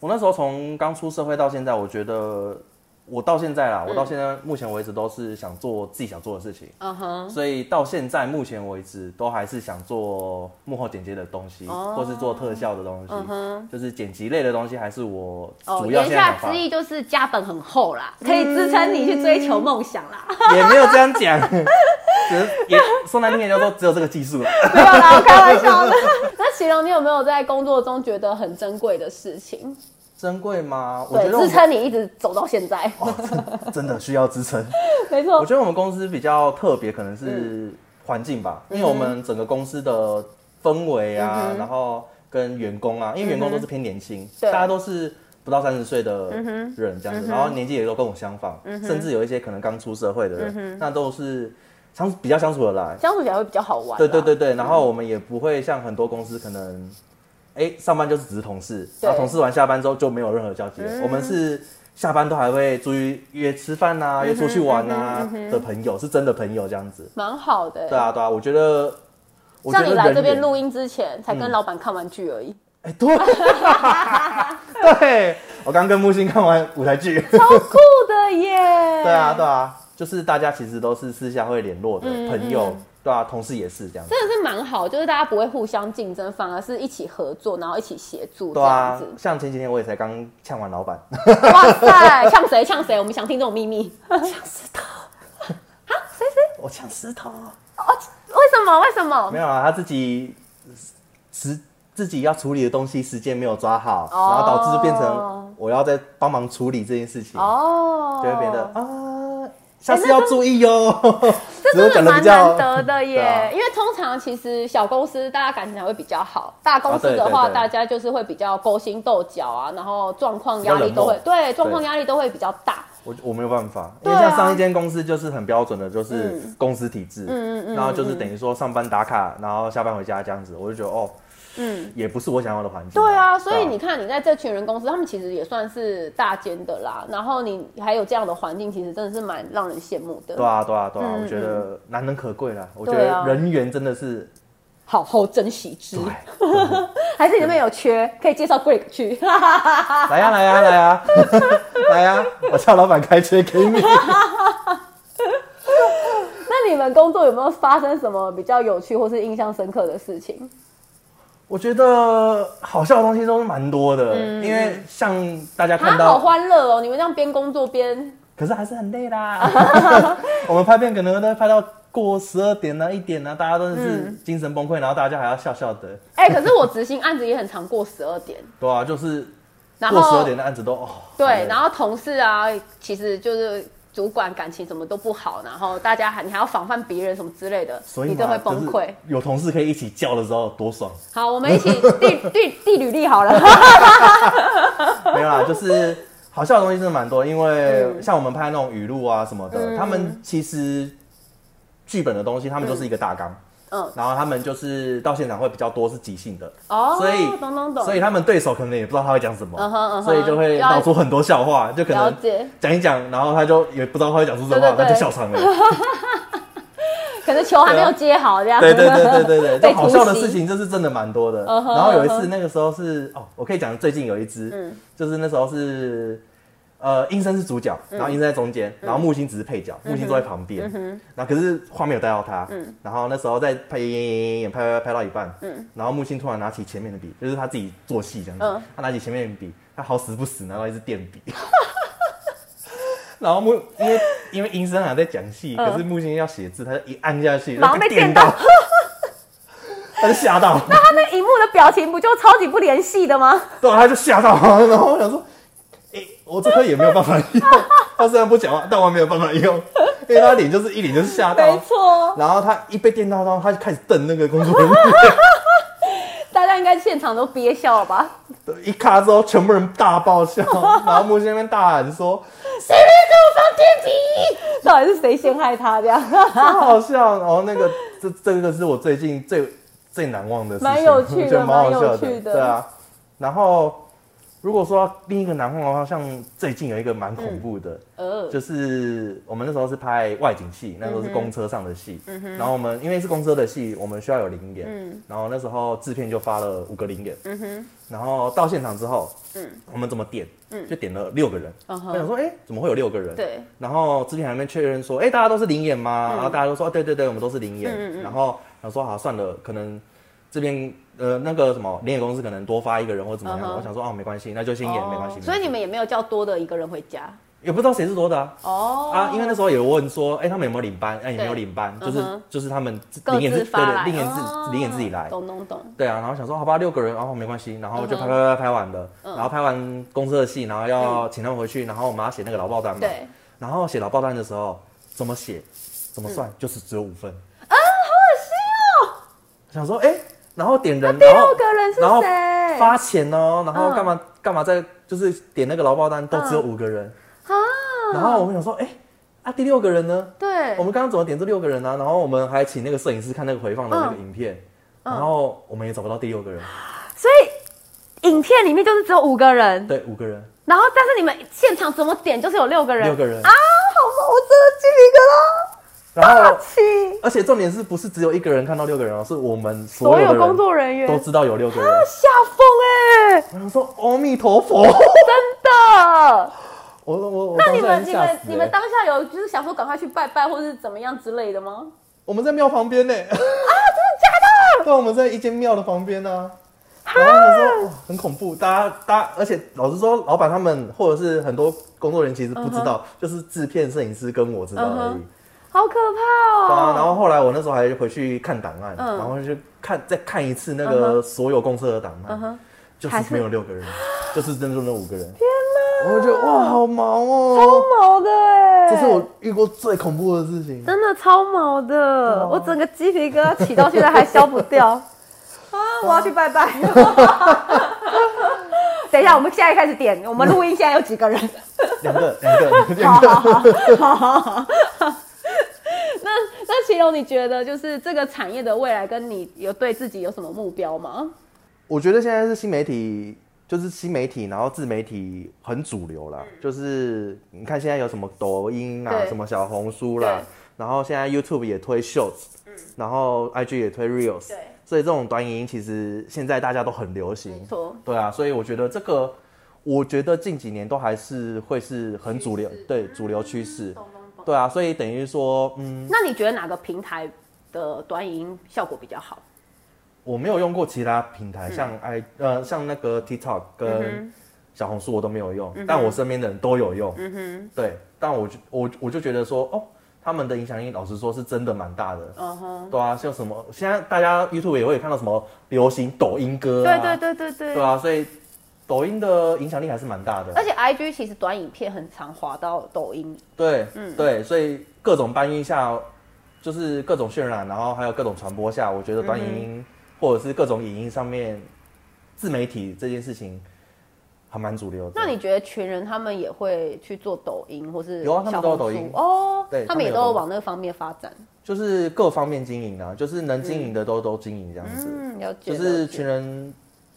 Speaker 2: 我那时候从刚出社会到现在，我觉得我到现在啦，我到现在目前为止都是想做自己想做的事情，
Speaker 1: 嗯哼，
Speaker 2: 所以到现在目前为止都还是想做幕后剪接的东西，
Speaker 1: 哦
Speaker 2: 或是做特效的东西，就是剪辑类的东西还是我
Speaker 1: 嗯哦，
Speaker 2: 主要
Speaker 1: 言
Speaker 2: 现在想
Speaker 1: 下
Speaker 2: 发
Speaker 1: 之意就是家本很厚啦，可以支撑你去追求梦想啦。
Speaker 2: 也没有这样讲，只是也说难听点叫做只有这个技术了。
Speaker 1: 没有啦，我开玩笑的。 那形容你有没有在工作中觉得很珍贵的事情？
Speaker 2: 珍贵吗？我觉
Speaker 1: 对，
Speaker 2: 得我
Speaker 1: 支撑你一直走到现在。
Speaker 2: 们真的需要支撑。
Speaker 1: 没
Speaker 2: 我
Speaker 1: 错，
Speaker 2: 觉得我们公司比较特别，可能
Speaker 1: 嗯
Speaker 2: 是环境吧，因为我们整个公司的氛围啊，
Speaker 1: 嗯
Speaker 2: 然后跟员工啊，因为员工都是偏年轻，
Speaker 1: 对嗯
Speaker 2: 大家都是不到三十岁的人这样子，然后年纪也都跟我相仿，甚至有一些可能刚出社会的
Speaker 1: 嗯
Speaker 2: 人，那都是相比较相处得来。
Speaker 1: 相处起来会比较好玩啦。啊
Speaker 2: 对对对对，然后我们也不会像很多公司可能，哎，上班就是只是同事，然
Speaker 1: 对
Speaker 2: 后
Speaker 1: 嗯
Speaker 2: 同事完下班之后就没有任何交集了。我们是下班都还会出去约吃饭
Speaker 1: 嗯
Speaker 2: 呐、约出去玩呐、的朋友，是真的朋友这样子。
Speaker 1: 蛮好的、欸
Speaker 2: 对啊对啊，我觉得，我觉
Speaker 1: 像
Speaker 2: 得
Speaker 1: 你来
Speaker 2: 人嗯
Speaker 1: 这边
Speaker 2: 缘，
Speaker 1: 录音之前，才跟老板看完剧 而已，
Speaker 2: 哎对，对我刚跟木星看完舞 台剧，
Speaker 1: 超酷的耶！
Speaker 2: 对啊对啊，就是大家其实都是私下会联络的
Speaker 1: 嗯
Speaker 2: 朋友，对啊，同事也是这样子。
Speaker 1: 真的是蛮好，就是大家不会互相竞争，反而是一起合作，然后一起协助这
Speaker 2: 对
Speaker 1: 样
Speaker 2: 啊
Speaker 1: 子。，
Speaker 2: 像前几天我也才刚呛完老板，
Speaker 1: 哇塞，呛谁呛谁，我们想听这种秘密。
Speaker 2: 我呛石头。
Speaker 1: 为什么？为什么？
Speaker 2: 没有啊，他自己时自己要处理的东西时间没有抓好，
Speaker 1: 哦
Speaker 2: 然后导致变成我要再帮忙处理这件事情，
Speaker 1: 哦，
Speaker 2: 就会变得啊，下次要注意哦哟、只
Speaker 1: 这
Speaker 2: 是
Speaker 1: 真的
Speaker 2: 讲的比
Speaker 1: 蛮
Speaker 2: 较
Speaker 1: 难得的耶，
Speaker 2: 对啊
Speaker 1: 因为通常其实小公司大家感情才会比较好，大公司
Speaker 2: 啊对
Speaker 1: 的话，
Speaker 2: 对对
Speaker 1: 大家就是会比较勾心斗角啊，然后状况压力
Speaker 2: 比较冷
Speaker 1: 都
Speaker 2: 漠
Speaker 1: 会对状况压力都会比较大。
Speaker 2: 我我没有办法，因
Speaker 1: 对啊嗯
Speaker 2: 为像上一间公司就是很标准的，就是公司体制，然后就是等于说上班打卡，然后下班回家这样子，我就觉得哦，
Speaker 1: 嗯，
Speaker 2: 也不是我想要的环境。
Speaker 1: 对啊，所以你看你在这群人公司，他们其实也算是大间的啦，然后你还有这样的环境，其实真的是蛮让人羡慕的。
Speaker 2: 对啊，对啊，对啊，
Speaker 1: 嗯
Speaker 2: 我觉得难能可贵啦，我觉
Speaker 1: 对啊
Speaker 2: 得人缘真的是
Speaker 1: 好好珍惜之，
Speaker 2: 对。
Speaker 1: 还是你那边有缺，可以介绍 Greg 去。
Speaker 2: 来呀、来呀、来呀、 来呀、我叫老板开车给你。
Speaker 1: 那你们工作有没有发生什么比较有趣或是印象深刻的事情？
Speaker 2: 我觉得好笑的东西都是蛮多的，因为像大家
Speaker 1: 嗯啊
Speaker 2: 看，
Speaker 1: 好
Speaker 2: 到，
Speaker 1: 欢乐哦！你们这样边工作 边
Speaker 2: 可是还是很累 啦。我们拍片可能都会拍到过十二点啊、一点啊，大家都
Speaker 1: 嗯
Speaker 2: 是精神崩溃，然后大家还要笑笑的。
Speaker 1: 哎、可是我执行案子也很常过十二点，
Speaker 2: 对啊，就是
Speaker 1: 然
Speaker 2: 过十二
Speaker 1: 后
Speaker 2: 点的案子都哦。好
Speaker 1: 对
Speaker 2: 累，
Speaker 1: 然后同事啊，其实就是主管感情什么都不好，然后大家还你还要防范别人什么之类的，
Speaker 2: 所以
Speaker 1: 你就
Speaker 2: 嘛
Speaker 1: 会崩
Speaker 2: 就是
Speaker 1: 溃。
Speaker 2: 有同事可以一起叫的时候多爽。
Speaker 1: 好，我们一 起递递递履历好了。
Speaker 2: 没有啦，就是好笑的东西真的蛮多，因为
Speaker 1: 嗯
Speaker 2: 像我们拍那种语录啊什么的，他们其实剧本的东西，他们就是一个大纲，
Speaker 1: 嗯，
Speaker 2: 然后他们就是到现场会比较多是即兴的，
Speaker 1: 哦，
Speaker 2: 所以
Speaker 1: 懂懂懂，
Speaker 2: 所以他们对手可能也不知道他会讲什么
Speaker 1: 嗯哼嗯哼
Speaker 2: 所以就会闹出很多笑话，就可
Speaker 1: 了
Speaker 2: 能
Speaker 1: 解。
Speaker 2: 讲一讲，然后他就也不知道他会讲出什
Speaker 1: 对
Speaker 2: 么话，
Speaker 1: 对对
Speaker 2: 他就笑场了。
Speaker 1: 可能球还没有接好这样子。
Speaker 2: 对对 对对对对，
Speaker 1: 被
Speaker 2: 就好
Speaker 1: 突
Speaker 2: 笑的
Speaker 1: 袭
Speaker 2: 事情就是真的蛮多的。
Speaker 1: 嗯哼
Speaker 2: 然后有
Speaker 1: 嗯
Speaker 2: 一次，
Speaker 1: 哼
Speaker 2: 那个时候是哦，我可以讲最近有一支，
Speaker 1: 嗯
Speaker 2: 就是那时候是呃，音声是主角，然后音声在中间，然后木星只是配角，木星坐在旁边，然后可是画面有带到他，然后那时候在拍演演演演演拍拍拍到一半，然后木星突然拿起前面的笔，就是他自己做戏这样子
Speaker 1: 嗯，
Speaker 2: 他拿起前面的笔，他好死不死拿到一支电笔。然后木因为因为音声还在讲戏，
Speaker 1: 嗯
Speaker 2: 可是木星要写字，他就一按下去，
Speaker 1: 马上
Speaker 2: 就
Speaker 1: 被电
Speaker 2: 到，他就吓到，
Speaker 1: 他那荧幕的表情不就超级不联系的吗？
Speaker 2: 对啊，他就吓到，然后我想说，诶，我这颗也没有办法用，他虽然不讲话，但我没有办法用，因为他脸就是一脸就是吓
Speaker 1: 没
Speaker 2: 到，
Speaker 1: 错，
Speaker 2: 然后他一被电到，然后他就开始瞪那个工作人员。
Speaker 1: 大家应该现场都憋笑了吧？
Speaker 2: 一卡之后，全部人大爆笑，然后木星那边大喊说
Speaker 1: 到底是谁陷害他这 样？：“
Speaker 2: 超好笑！”然后那个这这个是我最近最最难忘的事情，
Speaker 1: 蛮有趣的
Speaker 2: 我觉得蛮好
Speaker 1: 蛮
Speaker 2: 笑
Speaker 1: 有趣的
Speaker 2: 对啊。然后如果说另一个难忘的话，像最近有一个蛮恐怖的，
Speaker 1: 呃，嗯
Speaker 2: 就是我们那时候是拍外景戏，那时候是公车上的戏，然后我们因为是公车的戏，我们需要有零演，
Speaker 1: 嗯
Speaker 2: 然后那时候制片就发了五个零演，然后到现场之后，我们怎么点，就点了六个人，
Speaker 1: 嗯哼
Speaker 2: 我想说，哎、怎么会有六个人？
Speaker 1: 对，嗯
Speaker 2: 然后之前还没确认说，哎、大家都是零演吗？然后大家都说，哦对对对，我们都是零演。然后想说，好，算了，可能这边呃那个什么零演公司可能多发一个人或怎么样
Speaker 1: 嗯哼
Speaker 2: 我想说，哦，没关系，那就先演，没关系。没
Speaker 1: 所以
Speaker 2: 关系
Speaker 1: 你们也没有叫多的一个人回家
Speaker 2: 也不知道谁是多的啊。
Speaker 1: 哦
Speaker 2: 啊，因为那时候有问说，哎、他们有没有领班？哎、有没有领班，
Speaker 1: 嗯
Speaker 2: 就
Speaker 1: 哼
Speaker 2: 是、就是他们自
Speaker 1: 各
Speaker 2: 领演
Speaker 1: 自
Speaker 2: 自
Speaker 1: 发
Speaker 2: 对
Speaker 1: 来
Speaker 2: 对，领演自
Speaker 1: 哦
Speaker 2: 领演自己来，
Speaker 1: 懂懂懂，
Speaker 2: 对啊，然后想说好吧，六个人，然后没关系，然后就
Speaker 1: 嗯
Speaker 2: 拍
Speaker 1: 哼
Speaker 2: 拍拍拍完了，然后拍完公司的戏，然后要请他们回去，然后我们要写那个劳报单嘛，
Speaker 1: 对，
Speaker 2: 然后写劳报单的时候怎么写，怎么算，就是只有五分，啊，好恶心哦，想说哎、然后点人，然后
Speaker 1: 六个人是
Speaker 2: 然后
Speaker 1: 谁？
Speaker 2: 发钱哦，然后
Speaker 1: 嗯
Speaker 2: 干嘛干嘛在就是点那个劳报单都只有五个人，
Speaker 1: 啊
Speaker 2: 然后我们想说哎、啊第六个人呢？
Speaker 1: 对
Speaker 2: 我，们刚刚怎么点这六个人呢、啊然后我们还请那个摄影师看那个回放的那个
Speaker 1: 嗯
Speaker 2: 影片，然后我们也找不到第六个人，
Speaker 1: 所以影片里面就是只有五个人，
Speaker 2: 对，五个人，
Speaker 1: 然后但是你们现场怎么点就是有六个人，
Speaker 2: 六个人
Speaker 1: 啊，好吗？我真的鸡皮疙
Speaker 2: 然后
Speaker 1: 瘩起，
Speaker 2: 而且重点是不是只有一个人看到六个人哦，是我们所
Speaker 1: 所
Speaker 2: 有的
Speaker 1: 有
Speaker 2: 人
Speaker 1: 工作人员
Speaker 2: 都知道有六个人。
Speaker 1: 吓疯哎，
Speaker 2: 我想说阿弥陀佛，
Speaker 1: 真的。
Speaker 2: 我我我
Speaker 1: 那
Speaker 2: 当
Speaker 1: 你
Speaker 2: 时很
Speaker 1: 们你
Speaker 2: 吓
Speaker 1: 们
Speaker 2: 死、
Speaker 1: 你们
Speaker 2: 欸，
Speaker 1: 当下有就是想说赶快去拜拜或是怎么样之类的吗？
Speaker 2: 我们在庙旁边呢、啊，真的假的？对，啊我们在一间庙的旁边呢、啊。然后我说哇很恐怖，大家大家，而且老实说，老板他们或者是很多工作人员其实不知道就是制片、摄影师跟我知道而已。
Speaker 1: 嗯哼好可怕哦！
Speaker 2: 对啊，然后后来我那时候还回去看档案，
Speaker 1: 嗯
Speaker 2: 然后就看再看一次那
Speaker 1: 嗯
Speaker 2: 个所有公测的档案，
Speaker 1: 哼
Speaker 2: 就
Speaker 1: 还
Speaker 2: 是
Speaker 1: 是
Speaker 2: 没有六个人，就是真正的五个人。天哪！我就觉得哇，好毛哦、
Speaker 1: 毛的哎、
Speaker 2: 这是我遇过最恐怖的事 情。
Speaker 1: 真的超毛的，
Speaker 2: 啊
Speaker 1: 我整个鸡皮疙瘩起到现在还消不 掉。啊，我要去拜 拜。等一下，我们现在开始点，我们录音现在有几个人？
Speaker 2: 两个，两个，两个。
Speaker 1: 那那祁隆，你觉得就是这个产业的未来，跟你有对自己有什么目标吗？
Speaker 2: 我觉得现在是新媒体，就是新媒体，然后自媒体很主流啦。就是你看现在有什么抖音啊
Speaker 1: 嗯对，
Speaker 2: 什么小红书啦
Speaker 1: 对，嗯
Speaker 2: 然后现在 YouTube 也推 Shorts，、然后 IG 也推 Reels，
Speaker 1: 对
Speaker 2: 所以这种短影音其实现在大家都很流行
Speaker 1: 没。错，
Speaker 2: 对啊，所以我觉得这个，我觉得近几年都还是会是很主流，对主流趋势。对啊，所以等于说，嗯，
Speaker 1: 那你觉得哪个平台的短影音效果比较好？
Speaker 2: 我没有用过其他平台，像 i 呃像那个 TikTok
Speaker 1: 嗯
Speaker 2: 跟小红书我都没有用，但我身边的人都有用。嗯哼，对，但我就我我就觉得说，哦，他们的影响力，老实说是真的蛮大的。
Speaker 1: 嗯哼，
Speaker 2: 对啊，像什么现在大家 YouTube 也会看到什么流行抖音歌、啊，
Speaker 1: 对对对对对。
Speaker 2: 对啊，所以抖音的影响力还是蛮大的。
Speaker 1: 而且 IG 其实短影片很常滑到抖音，
Speaker 2: 对，
Speaker 1: 嗯
Speaker 2: 对，所以各种搬运下，就是各种渲染，然后还有各种传播下，我觉得短影音、或者是各种影音上面自媒体这件事情还蛮主流的。
Speaker 1: 那你觉得群人他们也会去做抖音，或是
Speaker 2: 有啊他们都
Speaker 1: 小
Speaker 2: 有
Speaker 1: 红书
Speaker 2: 抖音
Speaker 1: 哦，
Speaker 2: 对
Speaker 1: 他
Speaker 2: 他
Speaker 1: 们
Speaker 2: 们
Speaker 1: 也
Speaker 2: 有
Speaker 1: 都
Speaker 2: 抖
Speaker 1: 有
Speaker 2: 音
Speaker 1: 往那个方面发展。
Speaker 2: 就是各方面经营啊，就是能经营的都、都经营这样子，
Speaker 1: 嗯，了解。
Speaker 2: 就是
Speaker 1: 了解
Speaker 2: 群人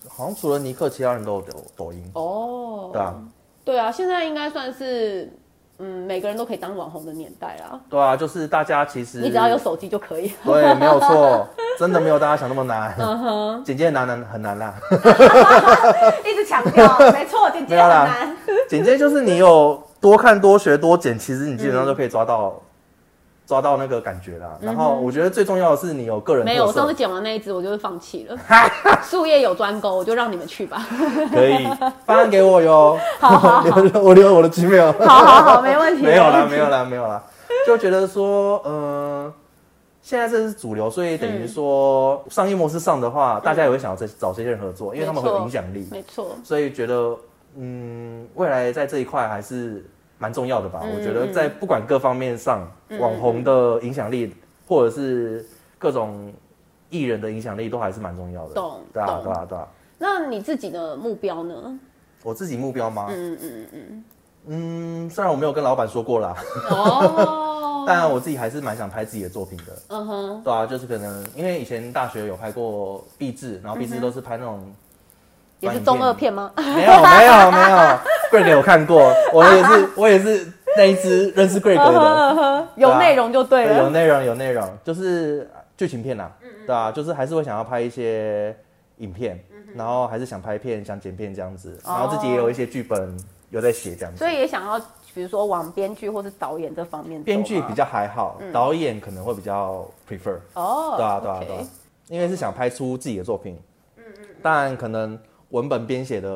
Speaker 2: 好像除了尼克，其他人都有抖抖音，
Speaker 1: 哦，
Speaker 2: 对啊，
Speaker 1: 对啊，现在应该算是嗯，每个人都可以当网红的年代啦。
Speaker 2: 对啊，就是大家其实
Speaker 1: 你只要有手机就可以。
Speaker 2: 对，没有错，真的没有大家想那 么难，
Speaker 1: 嗯
Speaker 2: 简介难难很难啦。
Speaker 1: 一直强调， 没错，姐
Speaker 2: 没有 啦。简介就是你有多看、多学、多剪，其实你基本上就可以抓
Speaker 1: 嗯
Speaker 2: 到、抓到那个感觉啦。然后我觉得最重要的是你有个人
Speaker 1: 没有，
Speaker 2: 特
Speaker 1: 我上
Speaker 2: 色
Speaker 1: 次，剪完那一支，我就是放弃 了。术业有专攻，我就让你们去吧。
Speaker 2: 可以 方案给我哟。
Speaker 1: 好好好，
Speaker 2: 留 我留我的 Gmail。
Speaker 1: 好好好，没问题。
Speaker 2: 没有啦，
Speaker 1: 问题
Speaker 2: 没有啦，没有啦，就觉得说，嗯、现在这是主流，所以等
Speaker 1: 嗯
Speaker 2: 于说、商业模式上的话，大家也会想要这找这些人合作，因为他们会有影响力，
Speaker 1: 没错。
Speaker 2: 所以觉得，嗯，未来在这一块还是蛮重要的
Speaker 1: 嗯
Speaker 2: 吧。我觉得在不管各方面上，网红的影响力或者是各种艺人的影响力，都还是蛮重要的。
Speaker 1: 懂
Speaker 2: 对啊
Speaker 1: 懂，
Speaker 2: 对啊，对啊。
Speaker 1: 那你自己的目标 呢？
Speaker 2: 我自己目标吗？
Speaker 1: 嗯嗯嗯
Speaker 2: 嗯，虽然我没有跟老板说过啦，
Speaker 1: 嗯，哦，
Speaker 2: 但我自己还是蛮想拍自己的作品的。
Speaker 1: 嗯哼，
Speaker 2: 对啊，就是可能因为以前大学有拍过壁纸，然后壁纸都是拍那种
Speaker 1: 嗯也是中二片吗？
Speaker 2: 没有没有没有，贵给我看过，我也是我也是那一只认识贵格的，
Speaker 1: 有内容就哦对
Speaker 2: 对啊有
Speaker 1: 了。
Speaker 2: 内容有内容，就是剧情片啦，对啊，就是还是会想要拍一些影片，
Speaker 1: 嗯
Speaker 2: 然后还是想拍片想剪片这样子，然后自己也有一些剧本有在写这样子
Speaker 1: 哦所。以也想要，比如说往编剧或是导演这方面走吗。
Speaker 2: 编剧比较还好，导演可能会比较 prefer，
Speaker 1: 嗯哦，
Speaker 2: 对啊对啊
Speaker 1: OK
Speaker 2: 对啊，因为是想拍出自己的作品，嗯嗯，但可能文本编写的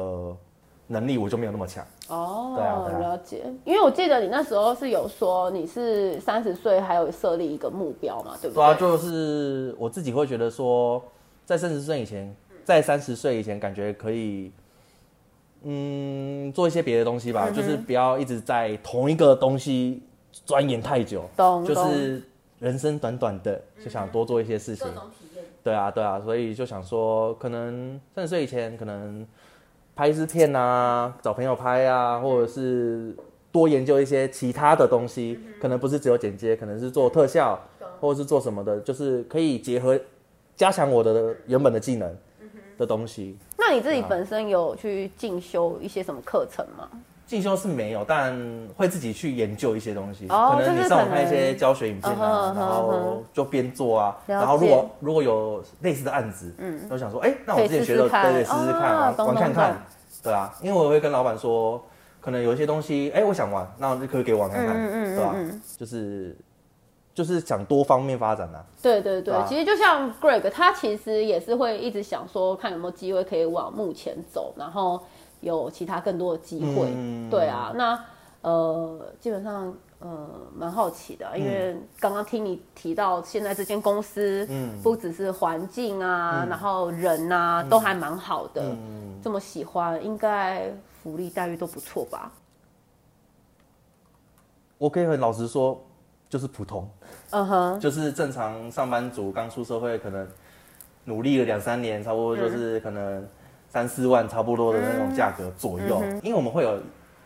Speaker 2: 能力我就没有那么强。
Speaker 1: 哦，
Speaker 2: 对啊对啊
Speaker 1: 了解。因为我记得你那时候是有说你是三十岁，还有设立一个目标嘛，对不
Speaker 2: 对
Speaker 1: 对？
Speaker 2: 啊，就是我自己会觉得说，在三十岁以前，在三十岁以前，感觉可以，嗯，做一些别的东西吧，就是不要一直在同一个东西钻研太久，
Speaker 1: 懂
Speaker 2: 就
Speaker 1: 懂
Speaker 2: 是人生短短的，
Speaker 3: 嗯
Speaker 2: 就想多做一些事情。
Speaker 3: 体验。
Speaker 2: 对啊，对啊，所以就想说，可能三十岁以前，可能拍一支片啊，找朋友拍
Speaker 3: 嗯
Speaker 2: 啊，或者是多研究一些其他的东西，
Speaker 3: 嗯
Speaker 2: 可能不是只有剪接，可能是做特效，或者是做什么的，就是可以结合加强我的原本的技能
Speaker 3: 嗯
Speaker 2: 的东西。
Speaker 1: 那你自己
Speaker 2: 对啊
Speaker 1: 本身有去进修一些什么课程吗？
Speaker 2: 进修是没有，但会自己去研究一些东西。
Speaker 1: 哦
Speaker 2: 可能
Speaker 1: 就是
Speaker 2: 你上
Speaker 1: 可
Speaker 2: 网
Speaker 1: 能
Speaker 2: 看一些教学影片
Speaker 1: 嗯
Speaker 2: 啊，
Speaker 1: 哼
Speaker 2: 然
Speaker 1: 嗯
Speaker 2: 后
Speaker 1: 哼
Speaker 2: 就边做啊。
Speaker 1: 了解
Speaker 2: 然后如果如果有类似的案子，嗯，就想说，哎、那我之前学的，
Speaker 1: 可以试试看
Speaker 2: 对对，试试看，
Speaker 1: 哦
Speaker 2: 玩
Speaker 1: 懂
Speaker 2: 玩看
Speaker 1: 懂
Speaker 2: 看，对啊，因为我会跟老板说，可能有一些东西，哎、我想玩，那你可不可以给我玩看看，
Speaker 1: 嗯嗯嗯
Speaker 2: 对吧、
Speaker 1: 嗯
Speaker 2: 就是就是想多方面发展啊。
Speaker 1: 对对对，
Speaker 2: 对啊
Speaker 1: 其实就像 Greg，他其实也是会一直想说，看有没有机会可以往目前走，然后有其他更多的机会。
Speaker 2: 嗯
Speaker 1: 对啊，那呃，基本上呃，蛮好奇的，
Speaker 2: 嗯
Speaker 1: 因为刚刚听你提到，现在这间公司，嗯，不只是环境啊，
Speaker 2: 嗯
Speaker 1: 然后人啊，都还蛮好的，这么喜欢，应该福利待遇都不错吧？
Speaker 2: 我可以很老实说，就是普通，
Speaker 1: 嗯哼，
Speaker 2: 就是正常上班族刚出社会，可能努力了两三年，差不多
Speaker 1: 嗯
Speaker 2: 就是可能三四万差不多的那种价格左右。因为我们会有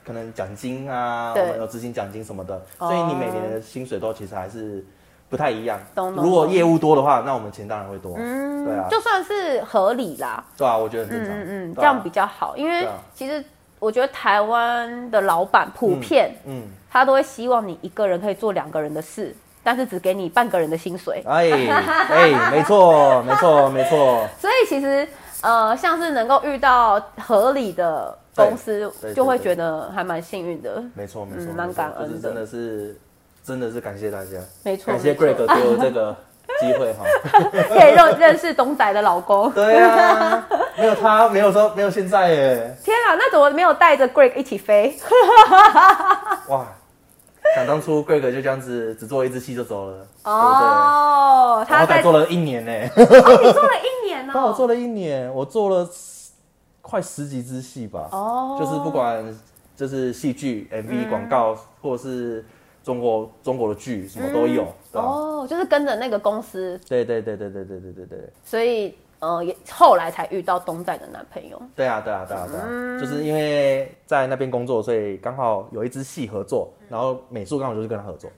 Speaker 2: 可能奖金
Speaker 1: 嗯
Speaker 2: 啊，
Speaker 1: 对
Speaker 2: 我们有执行奖金什么的，
Speaker 1: 哦
Speaker 2: 所以你每年的薪水都其实还是不太一样。
Speaker 1: 懂懂
Speaker 2: 如果业务多的话，那我们钱当然会多。
Speaker 1: 嗯，
Speaker 2: 对啊，
Speaker 1: 就算是合理啦，
Speaker 2: 对啊，我觉得很正常。
Speaker 1: 嗯嗯，
Speaker 2: 对啊
Speaker 1: 这样比较好，因为
Speaker 2: 对啊
Speaker 1: 其实我觉得台湾的老板普遍
Speaker 2: 嗯，
Speaker 1: 他都会希望你一个人可以做两个人的事，但是只给你半个人的薪水，
Speaker 2: 哎哎，没错没错没错，
Speaker 1: 所以其实呃，像是能够遇到合理的公司
Speaker 2: 对对，对
Speaker 1: 就会觉得还蛮幸运的。
Speaker 2: 没错没
Speaker 1: 嗯
Speaker 2: 错，
Speaker 1: 蛮
Speaker 2: 没错
Speaker 1: 感恩
Speaker 2: 就是
Speaker 1: 的
Speaker 2: 真的是真的是感谢大家，
Speaker 1: 没错，
Speaker 2: 感谢
Speaker 1: 没错
Speaker 2: Greg 给我这个机 会哈。
Speaker 1: 可以认认识东仔的老 公。
Speaker 2: 对啊，没有他，没有说没有现在耶，
Speaker 1: 天啊，那怎么没有带着 Greg 一起飞？
Speaker 2: 哇！想当初贵哥就这样子，只做一支戏就走了。哦，
Speaker 1: 哦，
Speaker 2: 然
Speaker 1: 他
Speaker 2: 后
Speaker 1: 在
Speaker 2: 才做了一年呢，
Speaker 1: 哦你做了一年
Speaker 2: 刚好
Speaker 1: 哦，
Speaker 2: 做了一年，我做了十快十几支戏吧。
Speaker 1: 哦嗯
Speaker 2: 就是不管就是戏剧、MV、广告，或者是中国中国的剧，什么都有。对吧？
Speaker 1: 哦，就是跟着那个公司
Speaker 2: 对对对对对对对对对。
Speaker 1: 所以呃，也后来才遇到东仔的男朋友。
Speaker 2: 对啊，对啊，对啊，对啊，
Speaker 1: 嗯
Speaker 2: 就是因为在那边工作，所以刚好有一支戏合作，然后美术刚好就是跟他合作，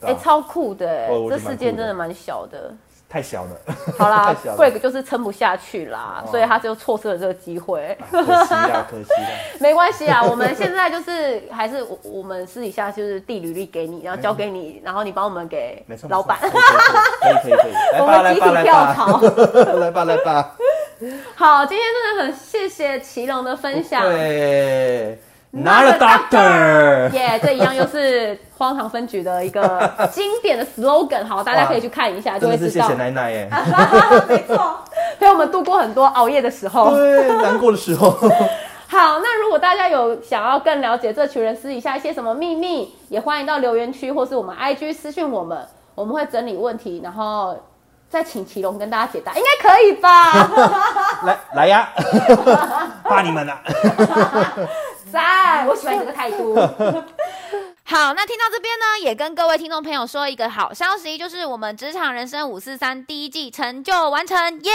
Speaker 1: 哎、
Speaker 2: 对啊
Speaker 1: 超酷的哎、
Speaker 2: 哦我觉
Speaker 1: 这
Speaker 2: 得
Speaker 1: 世界
Speaker 2: 蛮酷的
Speaker 1: 真的蛮小的。
Speaker 2: 太 小了，
Speaker 1: 好啦
Speaker 2: 太小了哦
Speaker 1: ，Greg 就是撑不下去啦，所以他就错失了这个机 会。
Speaker 2: 可惜啦，可惜啦。
Speaker 1: 没关系啊，我们现在就是还是 我我们私底下就是递履历给你，然后交给你，然后你帮我们给
Speaker 2: 嗯没错，
Speaker 1: 老板
Speaker 2: 没。错可以可以可以可以，来
Speaker 1: 我
Speaker 2: 吧
Speaker 1: 们
Speaker 2: 来
Speaker 1: 集
Speaker 2: 吧
Speaker 1: 体
Speaker 2: 来
Speaker 1: 跳
Speaker 2: 吧，
Speaker 1: 槽。
Speaker 2: 来吧来吧，
Speaker 1: 好，今天真的很谢谢祁隆的分享。
Speaker 2: 对，Not a doctor，
Speaker 1: 耶这一样又是荒唐分局的一个经典的 slogan，好，大家可以去看一下，就
Speaker 2: 真
Speaker 1: 会
Speaker 2: 的
Speaker 1: 知
Speaker 2: 是谢
Speaker 1: 道。
Speaker 2: 谢奶奶耶，
Speaker 1: 没错，陪我们度过很多熬夜的时候。
Speaker 2: 对，难过的时候，
Speaker 1: 好，那如果大家有想要更了解这群人私底下一些什么秘密，也欢迎到留言区或是我们 IG 私讯我们，我们会整理问题，然后再请祁隆跟大家解答，应该可以吧？
Speaker 2: 来来 呀，怕你们啊啦。
Speaker 1: 在，我喜欢你这个态度。
Speaker 3: 好，那听到这边呢，也跟各位听众朋友说一个好消息，就是我们《职场人生五四三》第一季成就完成，耶、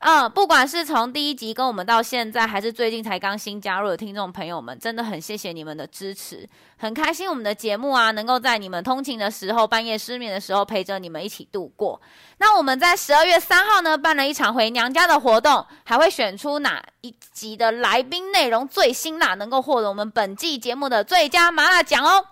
Speaker 3: 嗯，不管是从第一集跟我们到现在，还是最近才刚新加入的听众朋友们，真的很谢谢你们的支持，很开心我们的节目啊，能够在你们通勤的时候、半夜失眠的时候陪着你们一起度过。那我们在十二月三号呢，办了一场回娘家的活动，还会选出哪一集的来宾内容最辛辣，能够获得我们本季节目的最佳麻辣奖哦。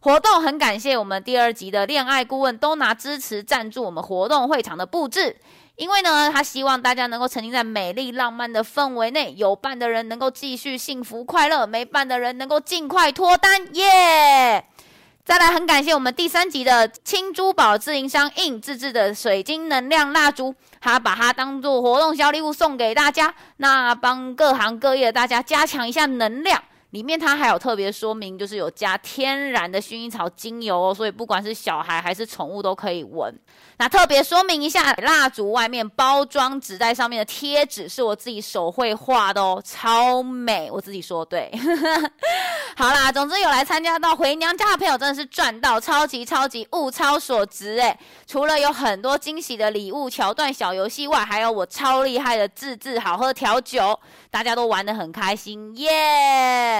Speaker 3: 活动很感谢我们第二集的恋爱顾问都拿支持赞助我们活动会场的布置，因为呢，他希望大家能够沉浸在美丽浪漫的氛围内，有伴的人能够继续幸福快乐，没伴的人能够尽快脱单，耶、再来，很感谢我们第三集的青珠宝自营商 in 自制的水晶能量蜡烛，他把它当做活动小礼物送给大家，那帮各行各业的大家加强一下能量。里面它还有特别说明，就是有加天然的薰衣草精油哦，所以不管是小孩还是宠物都可以闻。那特别说明一下，蜡烛外面包装纸袋上面的贴纸是我自己手绘画的哦，超美，我自己说对。好啦，总之有来参加到回娘家的朋友真的是赚到，超级超级物超所值诶！除了有很多惊喜的礼物、桥段、小游戏外，还有我超厉害的自制好喝调酒，大家都玩得很开心耶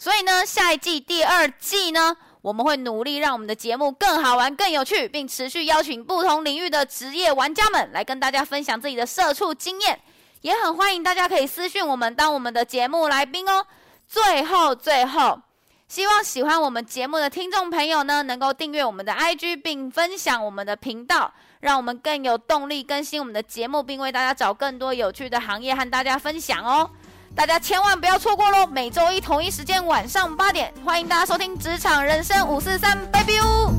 Speaker 3: 所以呢，下一季第二季呢，我们会努力让我们的节目更好玩、更有趣，并持续邀请不同领域的职业玩家们来跟大家分享自己的社畜经验，也很欢迎大家可以私讯我们当我们的节目来宾哦。最后，最后，希望喜欢我们节目的听众朋友呢，能够订阅我们的 IG 并分享我们的频道，让我们更有动力更新我们的节目，并为大家找更多有趣的行业和大家分享哦。大家千万不要错过喽！每周一同一时间晚上八点，欢迎大家收听《职场人生五四三》，拜拜哦。